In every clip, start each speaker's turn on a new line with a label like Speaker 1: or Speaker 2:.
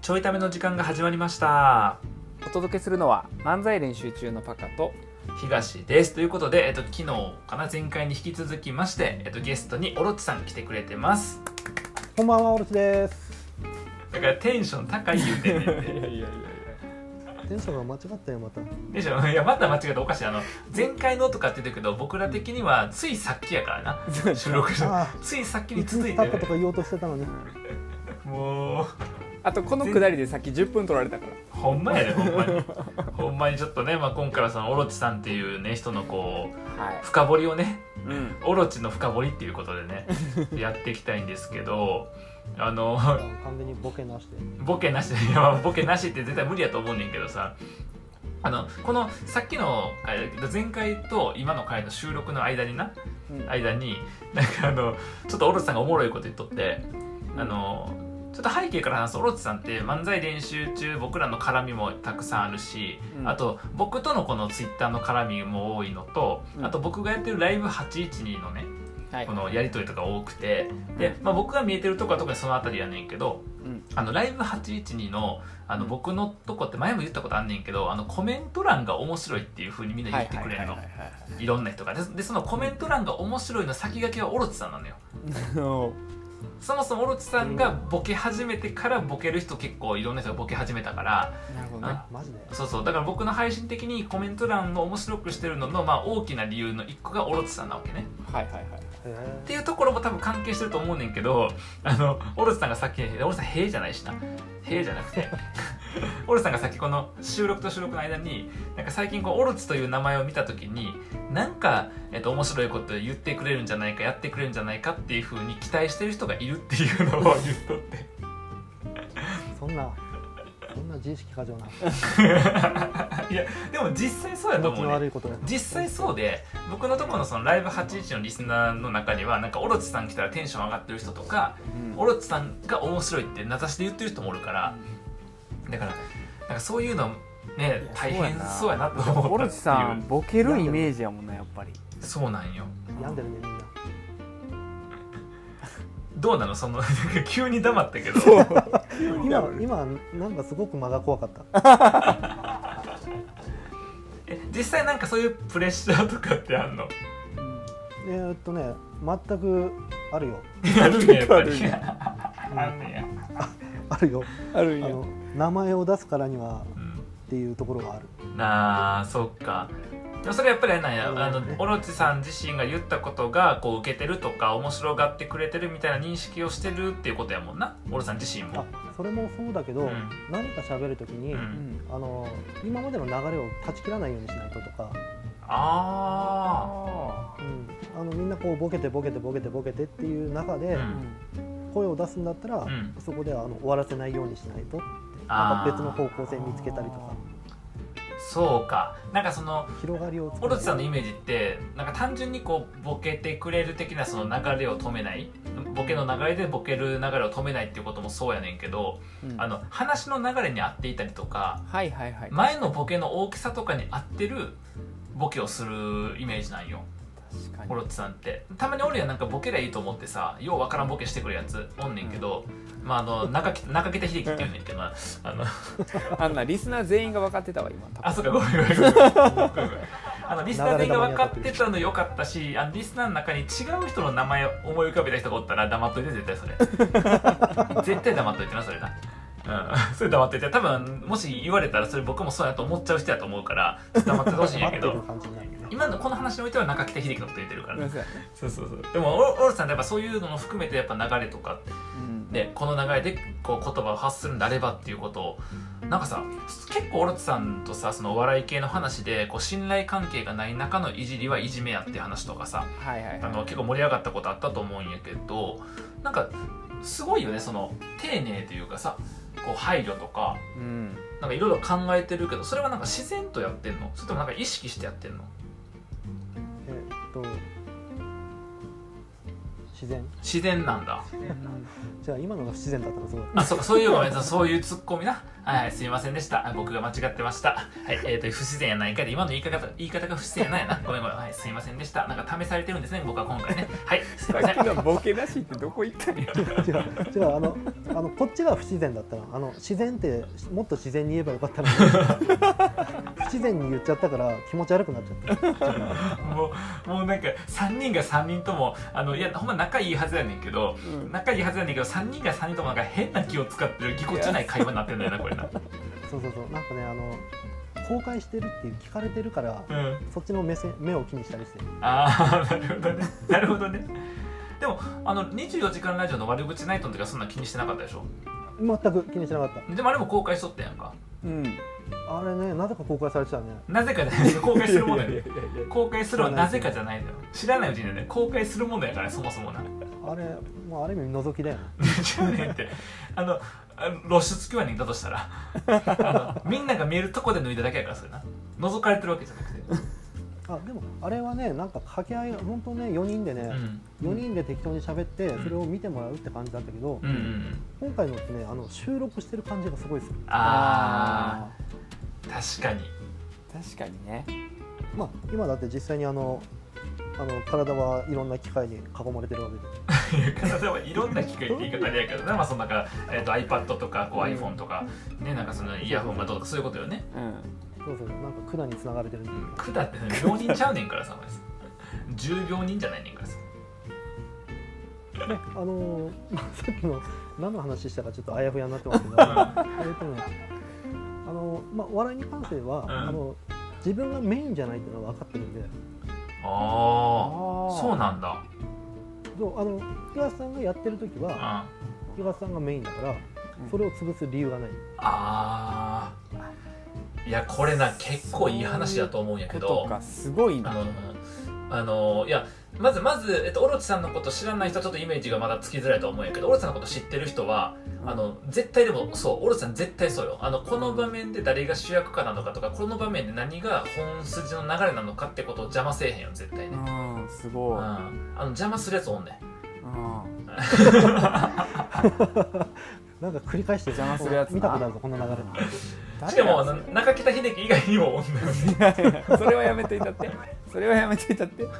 Speaker 1: ちょいための時間が始まりました
Speaker 2: お届けするのは漫才練習中のパカと
Speaker 1: 東ですということで、えっと、昨日かな前回に引き続きまして、えっと、ゲストにオロチさん来てくれてます
Speaker 3: こんばんは、オロチです。
Speaker 1: だからテンション高い言うてんねんて
Speaker 2: いや
Speaker 3: テンションが間違ったよ、また。
Speaker 1: でしょいやまた間違えたおかしいあの前回のとかって言ってるけど僕ら的にはついさっきやからな収録した
Speaker 3: あ
Speaker 1: ついさっき
Speaker 3: あ、
Speaker 1: に
Speaker 3: いつ
Speaker 1: 続い
Speaker 3: に
Speaker 1: て
Speaker 3: たったとか言おうとしてたのに。
Speaker 1: もう
Speaker 2: あとこのくだりでさっき10分取られたから
Speaker 1: ほんまやでほんまにほんまにちょっとね、まあ、今回はそのオロチさんっていうね人のこう
Speaker 2: はい
Speaker 1: 深掘りをね
Speaker 2: うん
Speaker 1: オロチの深掘りっていうことで ねやっていきたいんですけどあの
Speaker 3: 完全にボケなしで。
Speaker 1: ボケなしいやボケなしって絶対無理やと思うねんけどさあのこのさっきの回だけど前回と今の回の収録の間にな
Speaker 2: うん
Speaker 1: 間になんかあのちょっとオロチさんがおもろいこと言っとってあのちょっと背景から話すとオロチさんって漫才練習中僕らの絡みもたくさんあるし、
Speaker 2: うん
Speaker 1: あと僕とのこのツイッターの絡みも多いのと、
Speaker 2: うん
Speaker 1: あと僕がやってるライブ812のね
Speaker 2: はい
Speaker 1: このやり取りとか多くてで、まあ、僕が見えてるとこは特にその辺りやねんけど
Speaker 2: うん
Speaker 1: あのライブ812のあの
Speaker 2: うん
Speaker 1: 僕のとこって前も言ったことあんねんけどあのコメント欄が面白いっていうふうにみんな
Speaker 2: は
Speaker 1: 言
Speaker 2: い
Speaker 1: って
Speaker 2: はい
Speaker 1: く
Speaker 2: は
Speaker 1: れ
Speaker 2: い
Speaker 1: る
Speaker 2: はい
Speaker 1: の
Speaker 2: は い
Speaker 1: ろんな人がででそのコメント欄が面白いの先駆けはオロチさんなのよ
Speaker 2: いお
Speaker 1: そもそもオロチさんがボケ始めてからボケる人結構いろんな人がボケ始めたから
Speaker 2: なるほどね
Speaker 1: あ
Speaker 3: マジで。
Speaker 1: そうそうだから僕の配信的にコメント欄を面白くしてるのの、まあ、大きな理由の一個がオロチさんなわけね
Speaker 2: はいはいはい
Speaker 3: へ
Speaker 1: っていうところも多分関係してると思うねんけどあのオルツさんがさっきオルツさん「へえ」じゃないしな「へえ」じゃなくて オルツさんがさっきこの収録と収録の間になんか最近こうオルツという名前を見た時になんか、えっと、面白いこと言ってくれるんじゃないかやってくれるんじゃないかっていうふうに期待してる人がいるっていうのを言っとって
Speaker 3: えそんな。そんな自意識過剰な。
Speaker 1: いやでも実際そうや
Speaker 3: 気
Speaker 1: と
Speaker 3: 持ち
Speaker 1: 思うねん
Speaker 3: の悪いことだ。
Speaker 1: 実際そうで僕のところのそのライブ81のリスナーの中にはなんかオロチさん来たらテンション上がってる人とか
Speaker 2: うん
Speaker 1: オロチさんが面白いって名指しで言ってる人もおるからだからなんかそういうのね
Speaker 2: いや
Speaker 1: 大変そ
Speaker 2: そう
Speaker 1: や
Speaker 2: うや
Speaker 1: な
Speaker 2: な
Speaker 1: と 思った
Speaker 2: オロチさ
Speaker 1: っ
Speaker 2: んボケるイメージやもんなやっぱり
Speaker 1: ていうそうなんよ
Speaker 3: 病んでるね、みんな。
Speaker 1: どうなのその 急に黙ったけど
Speaker 3: 今、今、なんかすごく間が怖かった。
Speaker 1: え実際なんかそういうプレッシャーとかってあんの
Speaker 3: えーっとね、全く。あるよ。
Speaker 1: あるんややっぱり
Speaker 2: 結構
Speaker 1: あんねや、
Speaker 3: あるよ。
Speaker 2: ある
Speaker 3: あ
Speaker 2: んや
Speaker 3: の、名前を出すからには。
Speaker 1: う
Speaker 3: っていうところがある。
Speaker 1: ん、なあそっかでもそれやっぱりあれなんやあのオロチさん自身が言ったことがこう受けてるとか面白がってくれてるみたいな認識をしてるっていうことやもんなオロチさん自身
Speaker 3: あ
Speaker 1: も、
Speaker 3: それもそうだけど、
Speaker 1: うん
Speaker 3: 何か喋るときに。
Speaker 1: う
Speaker 2: うんん
Speaker 3: あの今までの流れを断ち切らないようにしないととか、
Speaker 1: あ
Speaker 3: うん、あのみんなこうボケてボケてボケてボケてっていう中で
Speaker 1: うん
Speaker 3: 声を出すんだったら、
Speaker 1: ん
Speaker 3: そこであの終わらせないようにしないと
Speaker 1: ー
Speaker 3: ま
Speaker 1: あ
Speaker 3: た
Speaker 1: ー
Speaker 3: 別の方向性見つけたりとか
Speaker 1: そうかなんかその
Speaker 3: 広がりを
Speaker 1: オロチさんのイメ
Speaker 3: メ
Speaker 1: ージってなんか単純にこうボケてくれる的なその流れを止めないボケの流れでボケる流れを止めないっていうこともそうやねんけど
Speaker 2: うん
Speaker 1: あの話の流れに合っていたりとか
Speaker 2: はいはいはい
Speaker 1: 前のボケの大きさとかに合ってるボケをするイメージなんよ
Speaker 2: 確かに
Speaker 1: オロチさんってたまに俺はなんかボケりゃいいと思ってさようわからんボケしてくるやつおんねんけど、まああの中北中北秀樹って言うねんけどなあの
Speaker 2: あんなリスナー全員が分かってたわ今多分
Speaker 1: あ、そうか、ごめんごめんごめん。あのリスナー全員が分かってたのよかったし、あのリスナーの中に違う人の名前を思い浮かべた人がおったら黙っといて絶対それ。絶対黙っといてなそれな。うん、それ黙っといて多分もし言われたらそれ僕もそうやと思っちゃう人やと思うから黙ってほしいんやけ
Speaker 3: ってる
Speaker 1: ど
Speaker 3: 感じになるよね
Speaker 1: 今のこの話においては中北秀樹のこと言ってるから、
Speaker 2: うん
Speaker 1: ね、
Speaker 2: そうやね
Speaker 1: そうそうそうでもオロオロさんってやっぱそういうのも含めてやっぱ流れとか
Speaker 2: うん
Speaker 1: でこの流れでこう言葉を発するんであればっていうことをなんかさ結構オロチさんとさそのお笑い系の話でこう信頼関係がない中のいじりはいじめやっていう話とかさ
Speaker 2: はいはい
Speaker 1: あ
Speaker 2: は
Speaker 1: の結構盛り上がったことあったと思うんやけどなんかすごいよねその丁寧というかさこう配慮とか
Speaker 2: いうん
Speaker 1: なんかいろいろ考えてるけどそれはなんか自然とやってんのそれともなんか意識してやってんの
Speaker 3: えっと自然
Speaker 1: 自然なんだ
Speaker 2: うん
Speaker 3: じゃあ今のが不自然だったのすごい
Speaker 1: あ、そうか、そういうごめんなさい、そういうツッコミな。はいはい、すいませんでした。あ僕が間違ってました。はい、えっ、と、不自然やないかで、今の言い方、言い方が不自然やないな。ごめんごめん、はい、すいませんでした。なんか試されてるんですね、僕は今回ね。はい、すいません。
Speaker 2: さっきのボケなしってどこ行ったんや
Speaker 3: 違う違うあのあのこっちが不自然だったらあの自然ってもっと自然に言えばよかっ たのに不自然に言っちゃったから気持ち悪くなっちゃった
Speaker 1: もう、もうなんか、3人が3人とも、あの、いや、ほんま仲いいはずやねんけど、仲いいはずやねんけど、3人が3人ともなんか変な気を使ってる、ぎこちない会話になってんだよな、これな。
Speaker 3: そうそうそうなんかねあの公開してるっていう聞かれてるから
Speaker 1: うん。
Speaker 3: そっちの目線目を気にしたりして
Speaker 1: ああ、なるほどね。なるほどね。でも、あの、24時間ラジオの悪口ナイトの時はそんな気にしてなかったでしょ。
Speaker 3: 全く気にしなかっ
Speaker 1: でもあれも公開しとったやんか。
Speaker 2: うん
Speaker 3: たあれねなぜか公開されてたね
Speaker 1: なぜかじゃない公開するものや
Speaker 2: い
Speaker 1: ね
Speaker 2: や いやいやいや
Speaker 1: 公開するのはなぜかじゃないのよ知らないうちにね公開するものや からそもそもな
Speaker 3: あれもうある意味覗きだよね
Speaker 1: 知らないってあのあ露出狂やねんだとしたらあのみんなが見えるとこで脱いだだけやからそれな覗かれてるわけじゃなくて
Speaker 3: あでもあれはねなんか掛け合い本当ね4人で
Speaker 1: う
Speaker 3: ね、
Speaker 1: ん
Speaker 3: 4人で適当に喋ってそれを見てもらうって感じだったけど、
Speaker 1: うんうんうん
Speaker 3: 今回のってねあの収録してる感じがすごいでする
Speaker 1: あー確かに
Speaker 2: 確かにね
Speaker 3: まあ今だって実際にあのあの体はいろんな機械に囲まれてるわけで
Speaker 1: 例えばいろんな機械って言い方でやけどな、まあ、その中、えー、と iPad とかこう iPhone とか、ね、なんかそのイヤホンがどうとかそういうことよね
Speaker 2: う
Speaker 3: そ
Speaker 2: ん
Speaker 3: うそうなんか管に繋がれてるんで
Speaker 1: 管って病人ちゃうねんからさお 前さ10病人じゃないねんからさ
Speaker 3: ねあのー さっきの何の話したかちょっとあやふやになってますけどえっとねあのーまあ笑いに関しては、
Speaker 1: ん
Speaker 3: あの自分がメインじゃないっていうのは分かってるんで
Speaker 1: ああ
Speaker 2: ー
Speaker 1: そうなんだ
Speaker 3: そうあの東さんがやってる時
Speaker 1: うん
Speaker 3: は
Speaker 1: あ
Speaker 3: 東さんがメインだから
Speaker 2: うん
Speaker 3: それを潰す理由がない、
Speaker 1: あーいやこれな結構いい話だと思うんやけ
Speaker 2: こと
Speaker 1: ど
Speaker 2: かすごい
Speaker 1: あ
Speaker 2: な
Speaker 1: のあのいやまずまず、えっと、オロチさんのこと知らない人はちょっとイメージがまだつきづらいと思うんやけどオロチさんのこと知ってる人はあの絶対でもそうオロチさん絶対そうよあのこの場面で誰が主役かなのかとかこの場面で何が本筋の流れなのかってことを邪魔せえへんよ絶対ね、
Speaker 2: うんす
Speaker 1: うん、
Speaker 2: ごい
Speaker 1: あの邪魔するやつおんねん
Speaker 2: うん
Speaker 3: なんか繰り返して
Speaker 2: 邪魔するやつな
Speaker 3: 見たことあるぞこの流 れ
Speaker 1: し
Speaker 2: 誰
Speaker 1: か
Speaker 2: や
Speaker 1: もあの中北秀樹以外にも女の子
Speaker 2: いやいやそれはやめといたってそれはやめとい たっても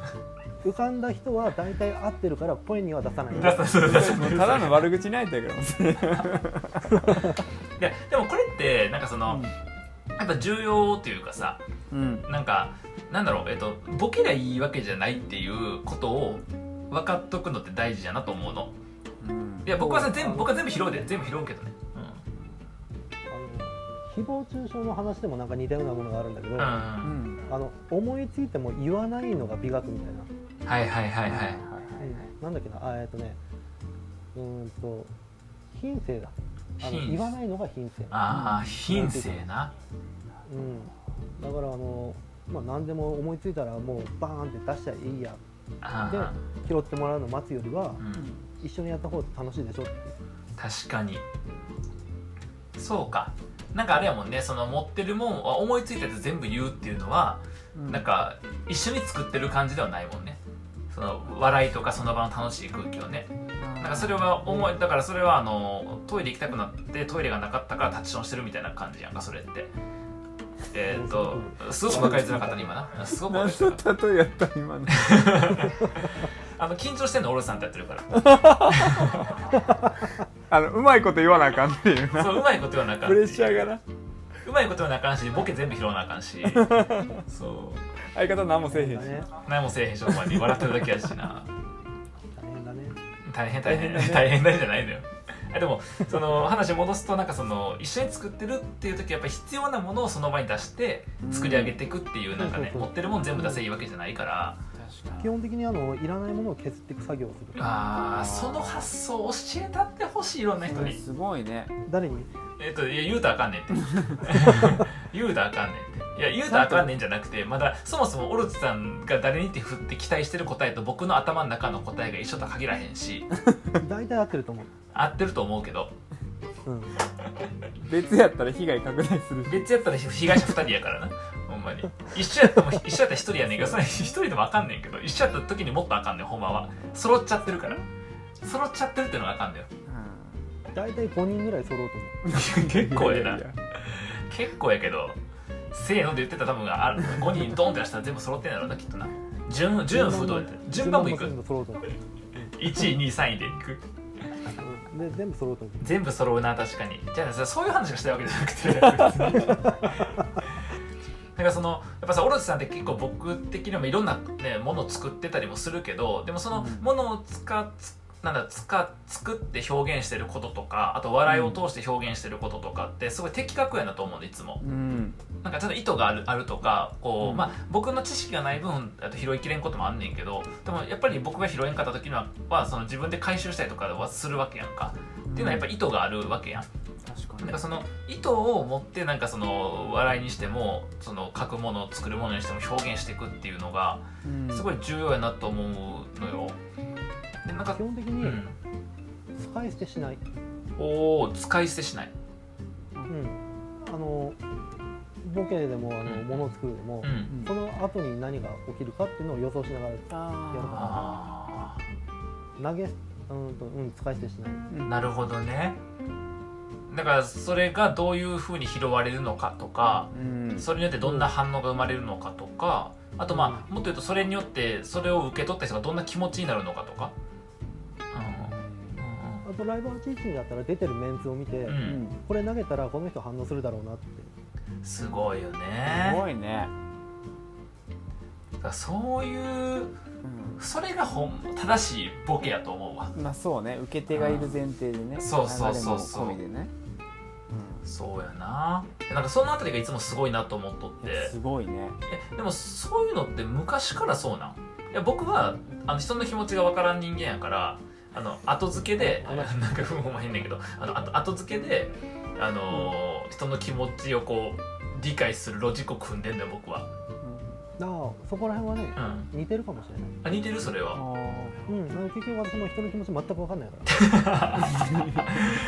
Speaker 3: 浮かんだ人は大体合ってるから声には出さない
Speaker 1: 出さそう
Speaker 2: う
Speaker 1: 出さそう
Speaker 2: ただの悪口ないとやからもうそれ
Speaker 1: いやでもこれってなんかその、やっぱ重要というかさ
Speaker 2: うん
Speaker 1: なんかなんだろう、えっと、ボケりゃいいわけじゃないっていうことを分かっとくのって大事やなと思うの
Speaker 2: うん
Speaker 1: いや僕はさ全部僕は全部拾うで全部拾うけどね
Speaker 3: あの誹謗中傷の話でもなんか似たようなものがあるんだけど、
Speaker 1: うん、う、
Speaker 3: あ
Speaker 2: うんん
Speaker 3: の思いついても言わないのが美学みたいな、
Speaker 1: はいはいはいはい
Speaker 3: うんなんだっけなあえっとねうーんと品性だあの
Speaker 1: 品性
Speaker 3: 言わないのが品性、
Speaker 1: ああ品性な
Speaker 3: うん、だからあの、まあ、何でも思いついたらもうバーンって出しちゃいいや
Speaker 1: あ
Speaker 3: で
Speaker 1: あ、
Speaker 3: 拾ってもらうの待つよりは
Speaker 1: うん、
Speaker 3: 一緒にやった方が楽しいでしょって
Speaker 1: 確かにそうかなんかあれやもんねその持ってるもんは思いついたやつ全部言うっていうのは
Speaker 2: うん
Speaker 1: なんか一緒に作ってる感じではないもんねその笑いとかその場の楽しい空気をねなんかそれは思いだからそれはあのトイレ行きたくなってトイレがなかったからタッチションしてるみたいな感じやんかそれってえーっとすごく分かりづらかったね今 なすごく分か
Speaker 2: 何
Speaker 1: りづらかった
Speaker 2: と例えやった今の
Speaker 1: あの緊張してんのオルさんってやってるから
Speaker 2: あのうまいこと言わなあかんっていう な
Speaker 1: そううまいこと言わなあかん
Speaker 2: プレッシャーがな
Speaker 1: うまいこと言わなあかんしボケ全部拾わなあかん しそう
Speaker 2: 相方何もせえへんし
Speaker 3: ね
Speaker 1: 何もせえへんしお前に笑ってるだけやしな
Speaker 3: 大変だね
Speaker 1: 大変大変
Speaker 2: 大変だね
Speaker 1: 大変だじゃないのよあでもその話戻すとなんかその一緒に作ってるっていう時はやっぱ必要なものをその場に出して作り上げていくっていうなんかね
Speaker 3: うん
Speaker 1: 持ってるもん全部出せばいいわけじゃないから
Speaker 3: 基本的にあのいらないものを削っていく作業をする
Speaker 1: あーその発想を教えたってほしいいろんな人に
Speaker 2: すごいね
Speaker 3: 誰に
Speaker 1: えっといや言うたらあかんねんって言うたらあかんねんっていや言うたらあかんねんじゃなくてまだそもそもオルツさんが誰にって振って期待してる答えと僕の頭の中の答えが一緒とは限らへんし
Speaker 3: 大体合ってると思
Speaker 1: 合ってると思うけど
Speaker 3: う、うん、
Speaker 2: 別やったら被害拡大するし
Speaker 1: 別やったら被害者2人やからな ほんまに一緒やったも一緒やったら1人やねんけどそれ1人でもあかんねんけど一緒やった時にもっとあかんねんほんまは揃っちゃってるから揃っちゃってるってのがあかんだよ
Speaker 2: うん
Speaker 3: 大体5人ぐらい揃うと思う
Speaker 1: 結構やない
Speaker 2: や
Speaker 1: 結構やけどせーので言ってたら多分あ5人ドンって出したら全部揃ってんだろうなきっとな順順不動やった順番もいく
Speaker 3: 全部揃うと思う
Speaker 1: 1位2位3位でいく
Speaker 3: うんで全部揃うと思
Speaker 1: 全部揃うな確かにじゃあさそういう話がしたいわけじゃなくて別に なんかそのやっぱさオロチさんって結構僕的にもいろんな、ね、ものを作ってたりもするけどでもその
Speaker 2: うん
Speaker 1: ものを使っなんだ使作って表現してることとかあと笑いを通して表現してることとかってすごい的確やなと思うんでいつも
Speaker 2: うん
Speaker 1: なんかちゃんと意図があるあるとかこう、
Speaker 2: うん
Speaker 1: まあ、僕の知識がない分あと拾いきれんこともあんねんけどでもやっぱり僕が拾えんかった時にははその自分で回収したりとかはするわけやんかっていうのはやっぱり意図があるわけやん
Speaker 2: 確か
Speaker 1: なん
Speaker 2: に
Speaker 1: かその意図を持ってなんかその笑いにしてもその書くもの作るものにしても表現していくっていうのが
Speaker 2: うん
Speaker 1: すごい重要やなと思うのよ。でなん
Speaker 3: う
Speaker 1: か
Speaker 3: 基、本的
Speaker 1: う
Speaker 3: に
Speaker 1: ん、
Speaker 3: 使い捨てしない、
Speaker 1: おお使い捨てしない。
Speaker 3: うん、あのボケでもあ
Speaker 1: う
Speaker 3: の
Speaker 1: ん
Speaker 3: ものを作るでも
Speaker 1: う、ん、
Speaker 3: その後に何が起きるかっていうのを予想しなが
Speaker 2: あ
Speaker 1: あ
Speaker 3: ら投げうんとうん使い捨てしない
Speaker 2: ー
Speaker 1: あなるほどね。だからそれがどういうふうに拾われるのかとか
Speaker 2: うん
Speaker 1: それによってどんな反応が生まれるのかとかあとまあもっと言うとそれによってそれを受け取った人がどんな気持ちになるのかとか。うんうんうん
Speaker 3: あとライバルチーチンだったら出てるメンツを見て、
Speaker 1: う
Speaker 2: うんん
Speaker 3: これ投げたらこの人反応するだろうなって
Speaker 1: すごいよ
Speaker 2: す
Speaker 1: ね
Speaker 2: ごいね
Speaker 1: だからそういう
Speaker 2: うん
Speaker 1: それがほん正しいボケやと思うわ
Speaker 2: まあそうね受け手がいる前提でね
Speaker 1: そうそうそうそう
Speaker 2: 流れも込みでね
Speaker 1: そうやななんかそのあたりがいつもすごいなと思っとっ
Speaker 2: うんいや
Speaker 1: て
Speaker 2: すごいね
Speaker 1: えでもそういうのって昔からそうなんいや僕はあの人の気持ちがわからん人間やからあの後付けでなんかふんおまへんねんけどあのあと後付けであのー人の気持ちをこう理解するロジックを組んでんだよ僕は、
Speaker 3: だからそこら辺はね
Speaker 1: うん、あ
Speaker 3: 似てるかもしれない
Speaker 1: 似てるそれは
Speaker 3: うん、あの結局私も人の気持ち全く分かんないから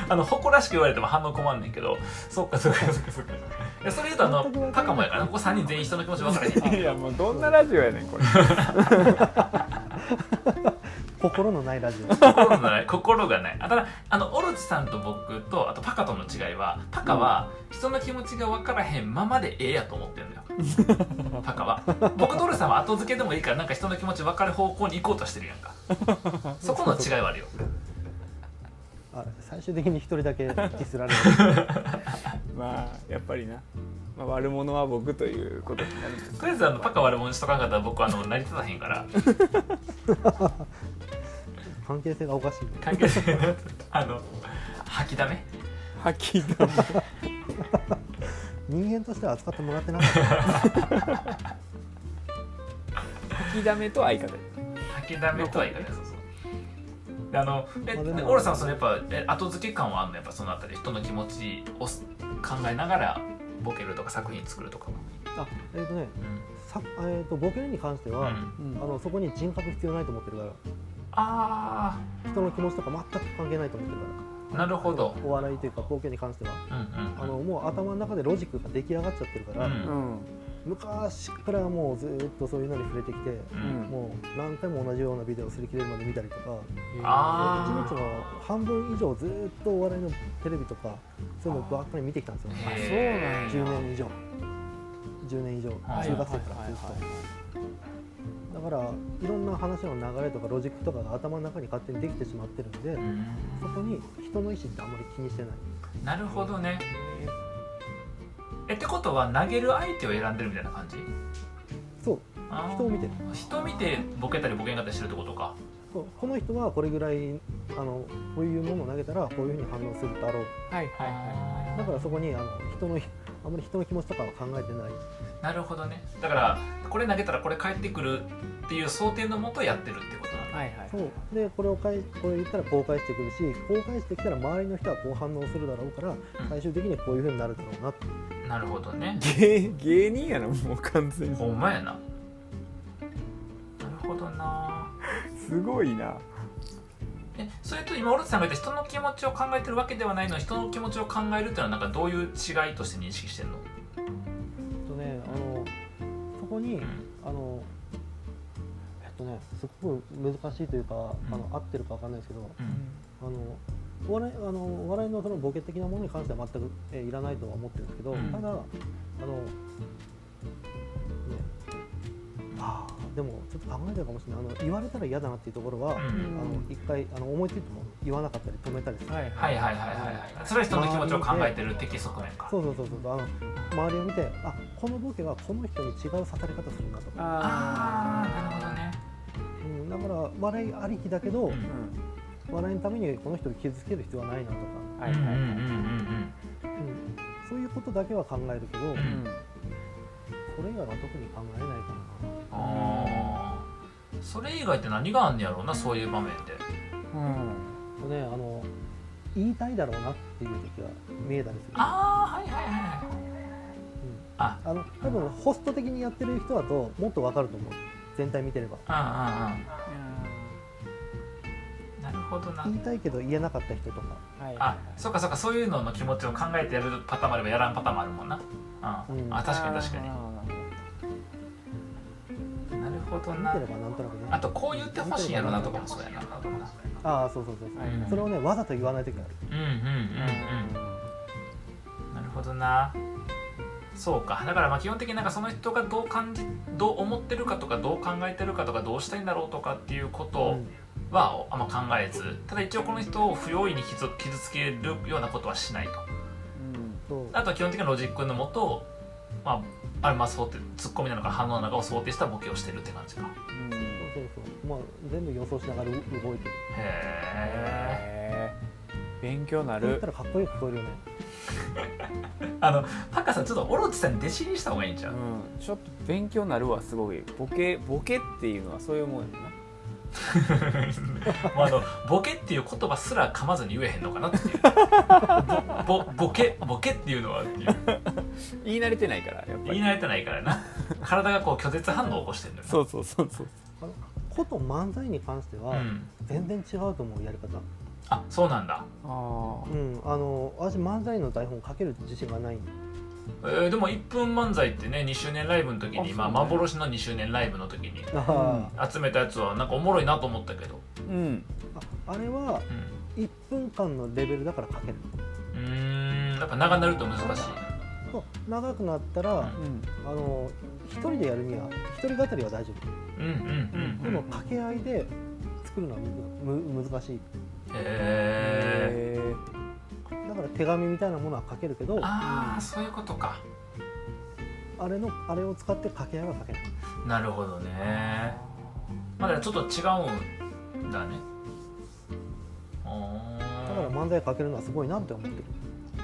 Speaker 1: あの誇らしく言われても反応困んねんけどそっかそっかそっかそっかいやそれ言うとあ
Speaker 3: 全くわ
Speaker 1: の
Speaker 3: かんない
Speaker 1: 高もやからなここ3人全員人の気持ち分からへん
Speaker 2: あー いやもうどんなラジオやねんこれ
Speaker 3: 心のないラジオ
Speaker 1: 心がない心がないあただあのオロチさんと僕とあとパカとの違いはパカは人の気持ちが分からへんままでええやと思ってるんだよパカは僕とオロチさんは後付けでもいいからなんか人の気持ち分かる方向に行こうとしてるやんかそこの違いはあるよ
Speaker 3: あ最終的に一人だけディスら れる
Speaker 2: まあやっぱりな、まあ、悪者は僕ということになるんです
Speaker 1: とりあえずあのパカ悪者にしとかんかったら僕はあの成り立たへんから
Speaker 3: 関係性がおかしいね
Speaker 1: 関係性のあの吐きだめ
Speaker 2: 吐きだめ
Speaker 3: 人間としては扱ってもらってなかった
Speaker 2: 吐きだめと相方
Speaker 1: 吐きだめとはいかないそうそうであのえ
Speaker 3: まあでも
Speaker 1: オロさんそのやっぱえ後付け感はあんのやっぱそのあたり人の気持ちをす考えながらボケるとか作品作るとかは
Speaker 3: あえっ、とね
Speaker 1: うん
Speaker 3: さ、えー、とボケに関しては、
Speaker 1: うん
Speaker 2: う
Speaker 3: あ
Speaker 2: ん
Speaker 3: のそこに人格必要ないと思ってるから
Speaker 1: あ
Speaker 3: 人の気持ちとか全く関係ないと思ってるか
Speaker 1: あなるほど
Speaker 3: らお笑いというかボケに関しては
Speaker 1: うんうん
Speaker 3: あのもう頭の中でロジックが出来上がっちゃってるから、
Speaker 1: うん
Speaker 2: うん
Speaker 3: 昔からもうずーっとそういうのに触れてきて
Speaker 1: うん
Speaker 2: うん
Speaker 3: もう何回も同じようなビデオを擦り切れるまで見たりとか
Speaker 1: あ
Speaker 3: 一日
Speaker 1: ー
Speaker 3: の半分以上ずーっとお笑いのテレビとかそういうのばっかり見てきたんですよ
Speaker 2: あそうなん
Speaker 1: へー
Speaker 3: 10年以上10年以上
Speaker 1: はい
Speaker 3: 中学生からずっとだからいろんな話の流れとかロジックとかが頭の中に勝手にできてしまってるんで
Speaker 1: うん
Speaker 3: そこに人の意思ってあんまり気にしてない
Speaker 1: なるほどねえってことは投げる相手を選んでるみたいな感じ
Speaker 3: そう
Speaker 1: あー
Speaker 3: 人を見てる
Speaker 1: 人を見てボケたりボケんかったりしてるってことか
Speaker 3: そうこの人はこれぐらいあのこういうものを投げたらこういうふうに反応するだろう
Speaker 2: はいはいは
Speaker 3: だからそこにあの人のあんまり人の気持ちとかは考えてない
Speaker 1: なるほどねだからこれ投げたらこれ返ってくるっていう想定のもとやってるってことなん
Speaker 2: い
Speaker 1: だ
Speaker 2: はいはい
Speaker 3: そうでこれを返これ言ったらこう返してくるしこう返してきたら周りの人はこう反応するだろうから最終的にはこういうふうになるだろうなって
Speaker 1: なるほどね
Speaker 2: 芸芸人やなもう完全に
Speaker 1: ほんまやななるほどな
Speaker 2: すごいな
Speaker 1: えそれと今オルツさんが言った人の気持ちを考えてるわけではないのに人の気持ちを考えるっていうのはなんかどういう違いとして認識してんの、
Speaker 3: とねあのそこに
Speaker 1: うん
Speaker 3: あのえっとねすっごく難しいというかあの合ってるかわかんないですけどあのお笑いあのお笑いのそのボケ的なものに関しては全く、えーいらないとは思ってるんですけど、
Speaker 1: うん
Speaker 3: ただあの、ね、あーでもちょっと考えてるかもしれないあの言われたら嫌だなっていうところは、
Speaker 1: うん
Speaker 3: あ
Speaker 2: ん
Speaker 3: の一回あの思いついても言わなかったり止めたりする、
Speaker 2: はい
Speaker 1: はいはいはいはいはいそれは人の気持ちを考えてる的側面か
Speaker 3: そうそうそうそうあの周りを見てあこのボケはこの人に違う刺され方するなとか、
Speaker 1: あ
Speaker 2: あ
Speaker 1: あなるほどね
Speaker 3: うん、だから笑いありきだけど、
Speaker 1: うん
Speaker 2: ーうん
Speaker 3: 笑いのためにこの人を傷つける必要はないなとか、
Speaker 2: はいは
Speaker 1: うん
Speaker 2: いはい
Speaker 1: うんうんうん
Speaker 3: うん、そういうことだけは考えるけど、
Speaker 1: ん
Speaker 2: うん
Speaker 3: それ以外は特に考えないかな
Speaker 1: うんあーそれ以外って何があんねやろうなそういう場面で
Speaker 2: う
Speaker 3: と
Speaker 2: ん
Speaker 3: ねあの言いたいだろうなっていう時は見えたりするあ,、
Speaker 1: ああはいはいはいあ
Speaker 3: うん、あの多分ホスト的にやってる人だともっとわかると思う全体見てれば
Speaker 1: うんうんうんなるほどな
Speaker 3: 言いたいけど言えなかった人とか、
Speaker 2: はいはいはい
Speaker 1: あそうかそうかそういうのの気持ちを考えてやるパターンもあればやらんパターンもあるもんな、うん
Speaker 3: うん
Speaker 1: あ確かに確か
Speaker 2: あーなるほど
Speaker 1: になるほど
Speaker 3: 見
Speaker 1: な
Speaker 3: てればなんとなくね
Speaker 1: あとこう言ってほしいんやろなとかもそうやなう
Speaker 3: ああそうそうそうそう、
Speaker 2: はいはい
Speaker 3: それをねわざと言わない時がある
Speaker 1: んうんうんうんなるほどなそうかだからまあ基本的になんかその人がどう感じどう思ってるかとかどう考えてるかとかどうしたいんだろうとかっていうことはあんま考えずただ一応この人を不用意に傷傷つけるようなことはしないと
Speaker 2: うん
Speaker 3: うん、そう
Speaker 1: あとは基本的なロジックのもと、まあ、あれまあ想定ツッコミなのか反応なのかを想定したボケをしてるって感じか
Speaker 2: うん
Speaker 3: そうそうそうまあ全部予想しながら動いてる
Speaker 1: へ
Speaker 2: へー勉強な
Speaker 3: そう言っ
Speaker 2: る
Speaker 3: たらかっこよく聞こえるよね
Speaker 1: えあのパッカさんちょっとオロチさん弟子にした方がいいんち ゃう、
Speaker 2: うんちょっと勉強なるわすごいボケボケっていうのはそういうもんやな
Speaker 1: もうあのボケっていう言葉すら噛まずに言えへんのかなっていう ぼぼボケボケっていうのはっていう
Speaker 2: 言い慣れてないからやっぱ
Speaker 1: 言
Speaker 2: り
Speaker 1: い慣れてないからな体がこう拒絶反応を起こしてるのよ
Speaker 2: そうそうそうそう
Speaker 3: あのこと漫才に関して
Speaker 1: う
Speaker 3: は
Speaker 1: ん、
Speaker 3: 全然違うと思うやり方
Speaker 1: あそうなんだ、
Speaker 2: あ
Speaker 3: うん、あの私漫才の台本書ける自信がないんで
Speaker 1: えーでも1分漫才ってね2周年ライブの時に
Speaker 2: あ
Speaker 1: まあ、
Speaker 2: そうね
Speaker 1: 幻の2周年ライブの時に
Speaker 3: あー、
Speaker 1: 集めたやつはなんかおもろいなと思ったけど、
Speaker 2: あうん
Speaker 3: ああれは
Speaker 1: うん、
Speaker 3: 1分間のレベルだから書ける
Speaker 1: うーんやっぱ長なると難しい
Speaker 3: そう長くなったら、
Speaker 1: うん
Speaker 2: うん
Speaker 3: あの一人でやるには一人語りは大丈
Speaker 1: う
Speaker 3: 夫
Speaker 1: んうんうん
Speaker 3: で
Speaker 1: う
Speaker 3: も
Speaker 1: ん
Speaker 3: 掛け合いで作るのはむむ難しい
Speaker 1: へえ
Speaker 2: へ
Speaker 3: だから手紙みたいなものは書けるけど
Speaker 1: あ
Speaker 3: あ
Speaker 1: あそういうことか
Speaker 3: れのあれを使って掛け合いは書けない
Speaker 1: なるほどねまあだからちょっと違うんだね
Speaker 3: だから
Speaker 1: あ
Speaker 3: 漫才書けるのはすごいなって思ってる
Speaker 1: あ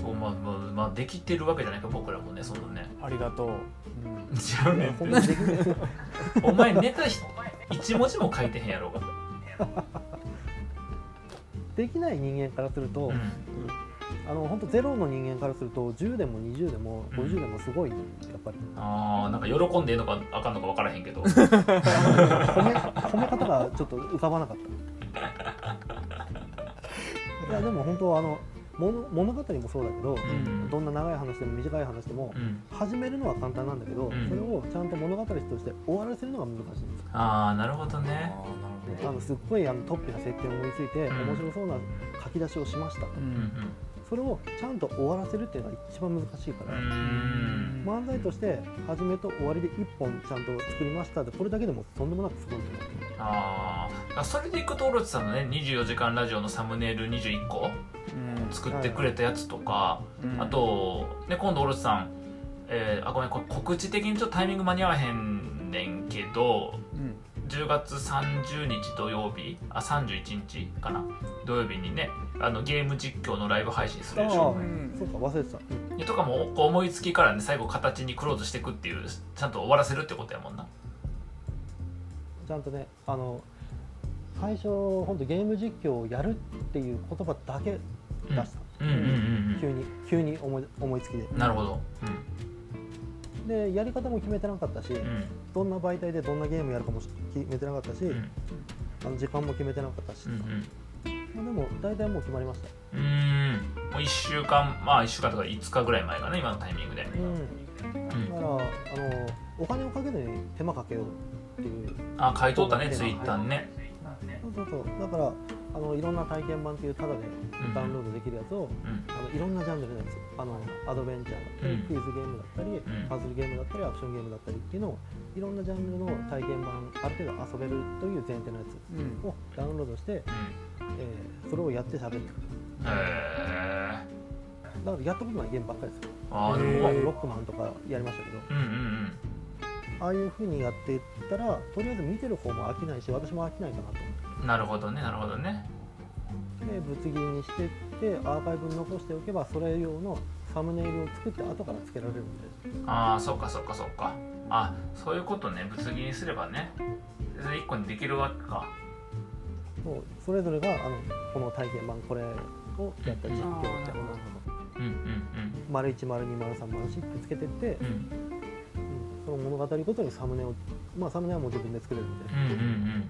Speaker 1: そうまあまあ、まあ、できてるわけじゃないか僕らもねそのね
Speaker 2: ーありがとう、
Speaker 1: 違うね
Speaker 3: こんなにできない
Speaker 1: お前ネタひ一文字も書いてへんやろうが、
Speaker 3: できない人間からすると、
Speaker 1: うん
Speaker 3: あの本当ゼロの人間からすると10でも20でも50でもすごい、やっぱり
Speaker 1: ああなんか喜んでいいのかあかんのか分からへんけど
Speaker 3: 褒め褒め方がちょっと浮かばなかったいやでも本当あの物物語もそうだけど、
Speaker 1: ん
Speaker 3: どんな長い話でも短い話でも、
Speaker 1: うん
Speaker 3: 始めるのは簡単なんだけど、
Speaker 1: ん
Speaker 3: それをちゃんと物語として終わらせるのが難しいんです
Speaker 1: ああなるほど
Speaker 2: あ
Speaker 1: ね
Speaker 2: ーなる
Speaker 3: あのすっごいあのトッピな設定を思いついて、
Speaker 1: うん
Speaker 3: 面白そうな書き出しをしました
Speaker 2: う
Speaker 1: うんん
Speaker 3: それをちゃんと終わらせるっていうのが一番難しいか
Speaker 1: うんう
Speaker 3: ら、
Speaker 1: ん
Speaker 3: 漫才として始めと終わりで1本ちゃんと作りましたでこれだけでもとんでもなくすごいと思う
Speaker 1: ああそれでいくとオロチさんのね「24時間ラジオ」のサムネイル21個作ってくれたやつとか、
Speaker 2: うん
Speaker 1: あと、ね、今度オロチさん、えーあごめんこれ告知的にちょっとタイミング間に合わへんねんけど
Speaker 2: うん
Speaker 1: 10月30日土曜日あ31日かな土曜日にねあのゲーム実況のライブ配信するでしょ
Speaker 3: あそうか忘れてた、
Speaker 1: とかもこう思いつきからね最後形にクローズしていくっていうちゃんと終わらせるってことやもんな
Speaker 3: ちゃんとねあの最初本当ゲーム実況をやるっていう言葉だけ出した、
Speaker 1: うんうんうん
Speaker 3: 急に急に思い思いつきで
Speaker 1: うんなるほど
Speaker 3: でやり方も決めてなかったし、
Speaker 1: うん
Speaker 3: どんな媒体でどんなゲームやるかもし決めてなかったし、
Speaker 1: うんうん
Speaker 3: あの時間も決めてなかったし、
Speaker 1: うんうん
Speaker 3: まあでも大体もう決まりました
Speaker 1: うーんもう1週間まあ1週間とか5日ぐらい前かな今のタイミングで、
Speaker 3: うん
Speaker 1: うん
Speaker 3: だからあのお金をかけずに手間かけようっていう
Speaker 1: あ買い取ったねツイッターね
Speaker 3: そうそうそうだからああのいろんな体験版っていうタダでダウンロードできるやつを
Speaker 1: うん
Speaker 3: あのいろんなジャンルのやつあのアドベンチャーだったり、
Speaker 1: うん
Speaker 3: クイズゲームだったり
Speaker 1: ん
Speaker 3: パズルゲームだったりアクションゲームだったりっていうのをいろんなジャンルの体験版ある程度遊べるという前提のやつ
Speaker 2: うん
Speaker 3: をダウンロードして、
Speaker 1: うん
Speaker 3: えーそれをやって喋る
Speaker 1: へえ
Speaker 3: だからやったことないゲームばっかりですよ
Speaker 1: ああで
Speaker 2: へ
Speaker 1: も
Speaker 2: ー
Speaker 3: ロックマンとかやりましたけど
Speaker 1: うんうん
Speaker 3: ああいう風にやっていったらとりあえず見てる方も飽きないし私も飽きないかなと
Speaker 1: うんなるほどねなるほどね
Speaker 3: でぶつ切りにしてってアーカイブに残しておけばそれ用のサムネイルを作って後からつけられるんで
Speaker 1: ああそっかそっかそっかあそういうことねぶつ切りにすればねそれ一個にできるわけか
Speaker 3: そうそれぞれがあのこの体験版これをやったり実況って
Speaker 2: あーなるほど
Speaker 1: うん
Speaker 3: 丸一丸二丸三丸四ってつけてって、
Speaker 1: うんうん
Speaker 3: うんその物語ごとにサムネをまあサムネはもう自分で作れるんで
Speaker 1: う、んうんうん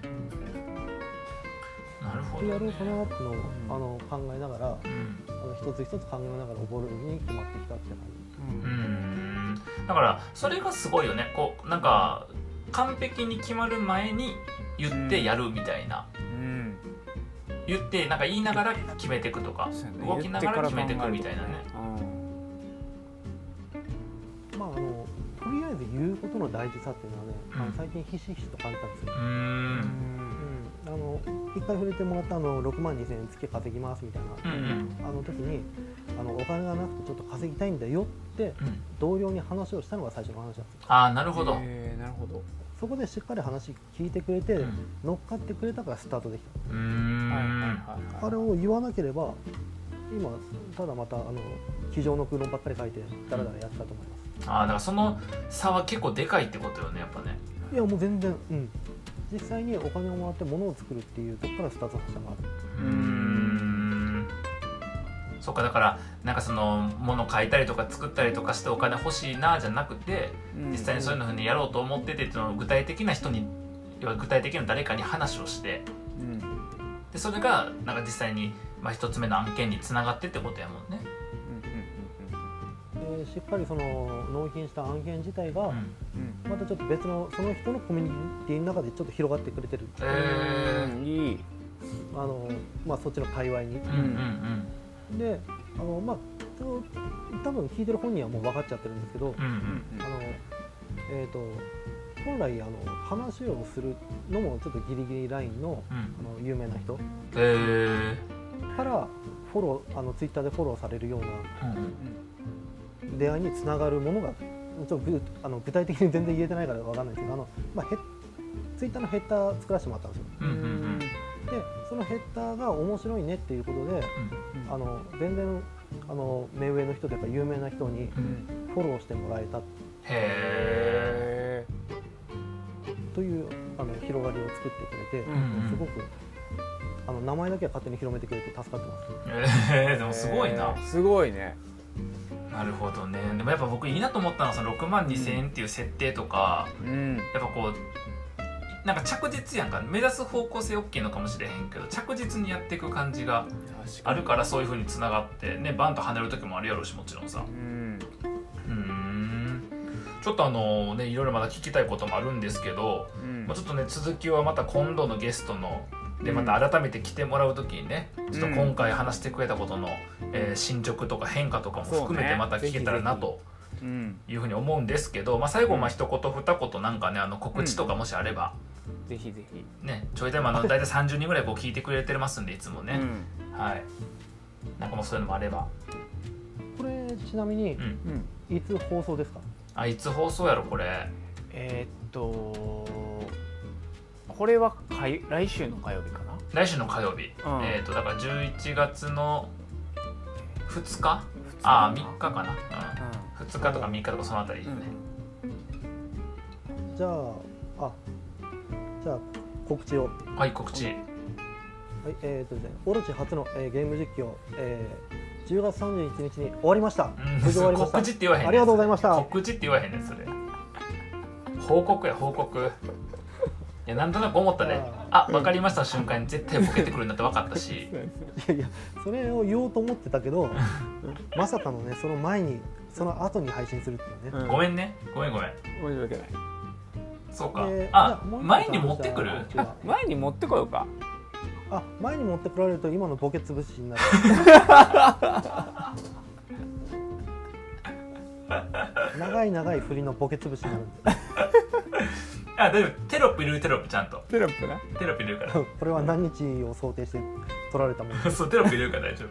Speaker 1: なるほど、
Speaker 3: で
Speaker 1: ね、
Speaker 3: やるその後のあの考えながら
Speaker 1: うん
Speaker 3: あの一つ一つ考えながら覚えるに決まってきたって感
Speaker 1: うーんだからそれがすごいよねこうなんか完璧に決まる前に言ってやるみたいな、
Speaker 2: うん
Speaker 1: 言ってなんか言いながら決めていくとか
Speaker 2: そうやね
Speaker 1: 動きながら決めていくみたいなね
Speaker 3: じまああのとりあえず言うことの大事さっていうのはね、あ
Speaker 1: うん
Speaker 3: の最近ひしひしと感じたんですよ
Speaker 1: う、ーん
Speaker 3: うん、あの一回触れてもらったあの6万2000円月稼ぎますみたいな、
Speaker 1: うんうん
Speaker 3: あの時にあのお金がなくてちょっと稼ぎたいんだよって
Speaker 1: うん
Speaker 3: 同僚に話をしたのが最初の話なんですよ
Speaker 1: ああなるほど、
Speaker 2: えーなるほど
Speaker 3: そこでしっかり話聞いてくれて、
Speaker 1: うん
Speaker 3: 乗っかってくれたからスタートでき
Speaker 1: うーん
Speaker 2: はいはいはいはい
Speaker 3: たあれを言わなければ今ただまたあの机上の空論ばっかり書いてダラダラやってたと思います、
Speaker 1: ああだからその差は結構でかいってことよねやっぱね
Speaker 3: いやもう全然うん実際にお金をもらって物を作るっていうとこからスタートしたのがある
Speaker 1: うーんそっかだからなんかその物買いたりとか作ったりとかしてお金欲しいなじゃなくて
Speaker 2: うん
Speaker 1: 実際にそういうのふうにやろうと思っててその具体的な人に要は具体的な誰かに話をして
Speaker 2: うん
Speaker 1: でそれがなんか実際に、まあ、一つ目の案件につながってってことやもんね。
Speaker 3: でしっかりその納品した案件自体が、
Speaker 1: うん
Speaker 2: うんうん
Speaker 3: またちょっと別のその人のコミュニティの中でちょっと広がってくれてる
Speaker 1: え
Speaker 2: うんいい
Speaker 3: あの、まあ、そっちの界隈に
Speaker 1: ー、うんうん
Speaker 3: であのまあそう多分聞いてる本人はもう分かっちゃってるんですけど、
Speaker 1: うんうんう
Speaker 2: うん
Speaker 1: ん
Speaker 3: あのえー、と本来あの話をするのもちょっとギリギリラインの
Speaker 1: うん
Speaker 3: あの有名な人
Speaker 1: えー
Speaker 3: からフォローあのツイッターでフォローされるような
Speaker 1: うん
Speaker 3: 出会いにつながるものがちょっとぐあの具体的に全然言えてないから分かんないですけどあの、まあ、ヘッツイッターのヘッダー作らせてもらったんですよ
Speaker 1: うんうんうん
Speaker 3: でそのヘッダーが面白いねっていうことであの全然あの目上の人というか有名な人に
Speaker 1: う
Speaker 2: うんん
Speaker 3: フォローしてもらえた
Speaker 1: へ
Speaker 2: へ
Speaker 3: というあの広がりを作ってくれて
Speaker 1: ーうんうん
Speaker 3: すごくあの名前だけは勝手に広めてくれて助かってます
Speaker 1: えー、で
Speaker 2: え
Speaker 1: もすごいな、
Speaker 2: すごいね
Speaker 1: なるほどねでもやっぱ僕いいなと思ったのはその6万2000円っていう設定とか、
Speaker 2: うん
Speaker 1: やっぱこうなんか着実やんか目指す方向性 OK のかもしれへんけど着実にやっていく感じがあるからそういうふうにつながってねバンと跳ねる時もあるやろうしもちろんさ
Speaker 2: うん
Speaker 1: うーんちょっとあのねいろいろまだ聞きたいこともあるんですけど、
Speaker 2: うん
Speaker 1: まあ、ちょっとね続きはまた今度のゲストのでまた改めて来てもらう時にねちょっと今回話してくれたことの、えー進捗とか変化とかも含め
Speaker 2: そう
Speaker 1: て
Speaker 2: ね
Speaker 1: また聞けたらなと。
Speaker 2: うん
Speaker 1: いうふうに思うんですけど、まあ、最後
Speaker 2: うん
Speaker 1: まあ一言二言なんかねあの告知とかもしあれば、
Speaker 2: ぜひぜひ
Speaker 1: ねちょいタイ ムあの大体30人ぐらいこう聞いてくれてますんでいつもね、はいなんかもうそういうのもあれば
Speaker 3: これちなみに
Speaker 1: うん
Speaker 2: うんうん
Speaker 3: いつ放送ですか
Speaker 1: あいつ放送やろこれ
Speaker 2: えーっとこれは火来週の火曜日かな
Speaker 1: 来週の火曜日、
Speaker 2: うん
Speaker 1: えっ、とだから11月の2日ああ3日かな、うん、2日とか3日とかそのあたりですね、
Speaker 3: じゃああじゃあ告知を、は
Speaker 1: はい告知
Speaker 3: いえーとですね、オロチ初の、えーゲーム実況、えー10月31日に終わりました
Speaker 1: うん
Speaker 3: 無事終わりました
Speaker 1: 告知って言わへんねん
Speaker 3: ありがとうございました
Speaker 1: 告知って言わへんねんそれ報告や報告いやなんとなく思ったねあ分かりましたの瞬間に絶対ボケてくるんだって分かったし
Speaker 3: いやいやそれを言おうと思ってたけど まさかのねその前にその後に配信するっていうね、
Speaker 2: うん
Speaker 1: ごめんねごめんごめん
Speaker 2: 申し訳ない
Speaker 1: そうか
Speaker 3: でじゃ
Speaker 1: あ
Speaker 3: もう一個
Speaker 1: 前に持ってくる
Speaker 3: 告知は
Speaker 2: あ前に持ってこようか
Speaker 3: あ前に持ってこられると今のボケ潰しに なる長い長い振りのボケ潰しになるんで
Speaker 1: あ大丈夫テロップ入れるテロップちゃんと
Speaker 2: テロップな
Speaker 1: テロップ入れるか
Speaker 3: これは何日を想定して取られたもの
Speaker 1: ら そうテロップ入れるから大丈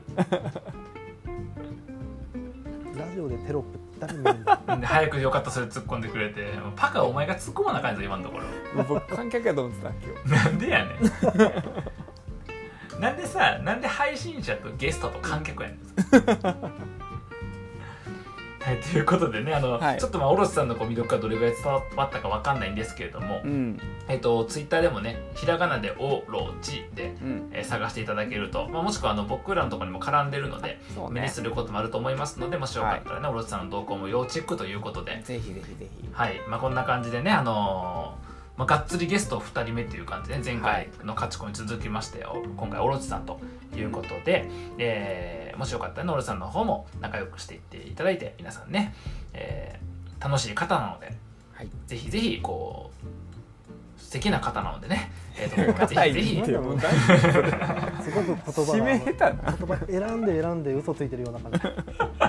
Speaker 3: ラジオでテロップ誰も言うんだ
Speaker 1: 夫で早くよかったそれ突っ込んでくれてもうパカお前が突っ込まなあかんぞ今のところ
Speaker 2: 僕観客やと思ってた今日
Speaker 1: なん でやねんなんでさなんで配信者とゲストと観客やねん はいということでねあの、
Speaker 2: はい
Speaker 1: ちょっとまあおろしさんのこう魅力がどれぐらい伝わったかわかんないんですけれども、
Speaker 2: うん
Speaker 1: えっとツイッターでもねひらがなで「おろち」で、
Speaker 2: うん
Speaker 1: えー探していただけると、まあ、もしくはあの僕らのところにも絡んでるので
Speaker 2: そう
Speaker 1: 目に
Speaker 2: ね
Speaker 1: することもあると思いますのでもしよかったらね、おろしさんの動向も要チェックということで
Speaker 2: ぜひぜひぜひ
Speaker 1: はい、まあ、こんな感じでね、あのーまあ、がっつりゲスト2人目という感じで、ね、前回の勝ち込み続きまして、お今回オロチさんということで、えーもしよかったらねオロチさんの方も仲良くしていっていただいて皆さんね、えー楽しい方なので
Speaker 2: はい
Speaker 1: ぜひぜひこう素敵な方なのでね、えーと ぜひ
Speaker 2: 硬い
Speaker 1: ぜひ
Speaker 2: ってもう大
Speaker 3: すごく言葉
Speaker 2: 締
Speaker 3: が
Speaker 2: め下手な
Speaker 3: 言葉選んで選んで嘘ついてるような感じ
Speaker 1: な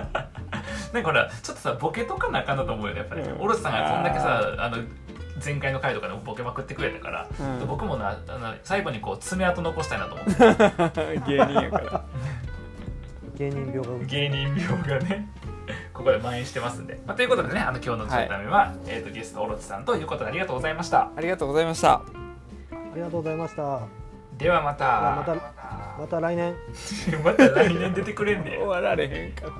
Speaker 1: んかほらちょっとさボケとかなあかんだと思うよねやっぱり、
Speaker 2: うん
Speaker 1: オロチさんがこんだけさあの前回の回とかでもボケまくってくれたから、
Speaker 2: うん
Speaker 1: 僕もなあの最後にこう爪痕残したいなと思 って。
Speaker 2: 芸人やから
Speaker 3: 芸人病が
Speaker 1: 芸人病がねここで蔓延してますんで、まあ、ということでねあの今日の「ちょいためは」えー、とゲストオロチさんということでありがとうございました
Speaker 2: ありがとうございました
Speaker 3: ありがとうございました
Speaker 1: ではまた
Speaker 3: またまた来年
Speaker 1: また来年出てくれんね
Speaker 2: 終わられへんから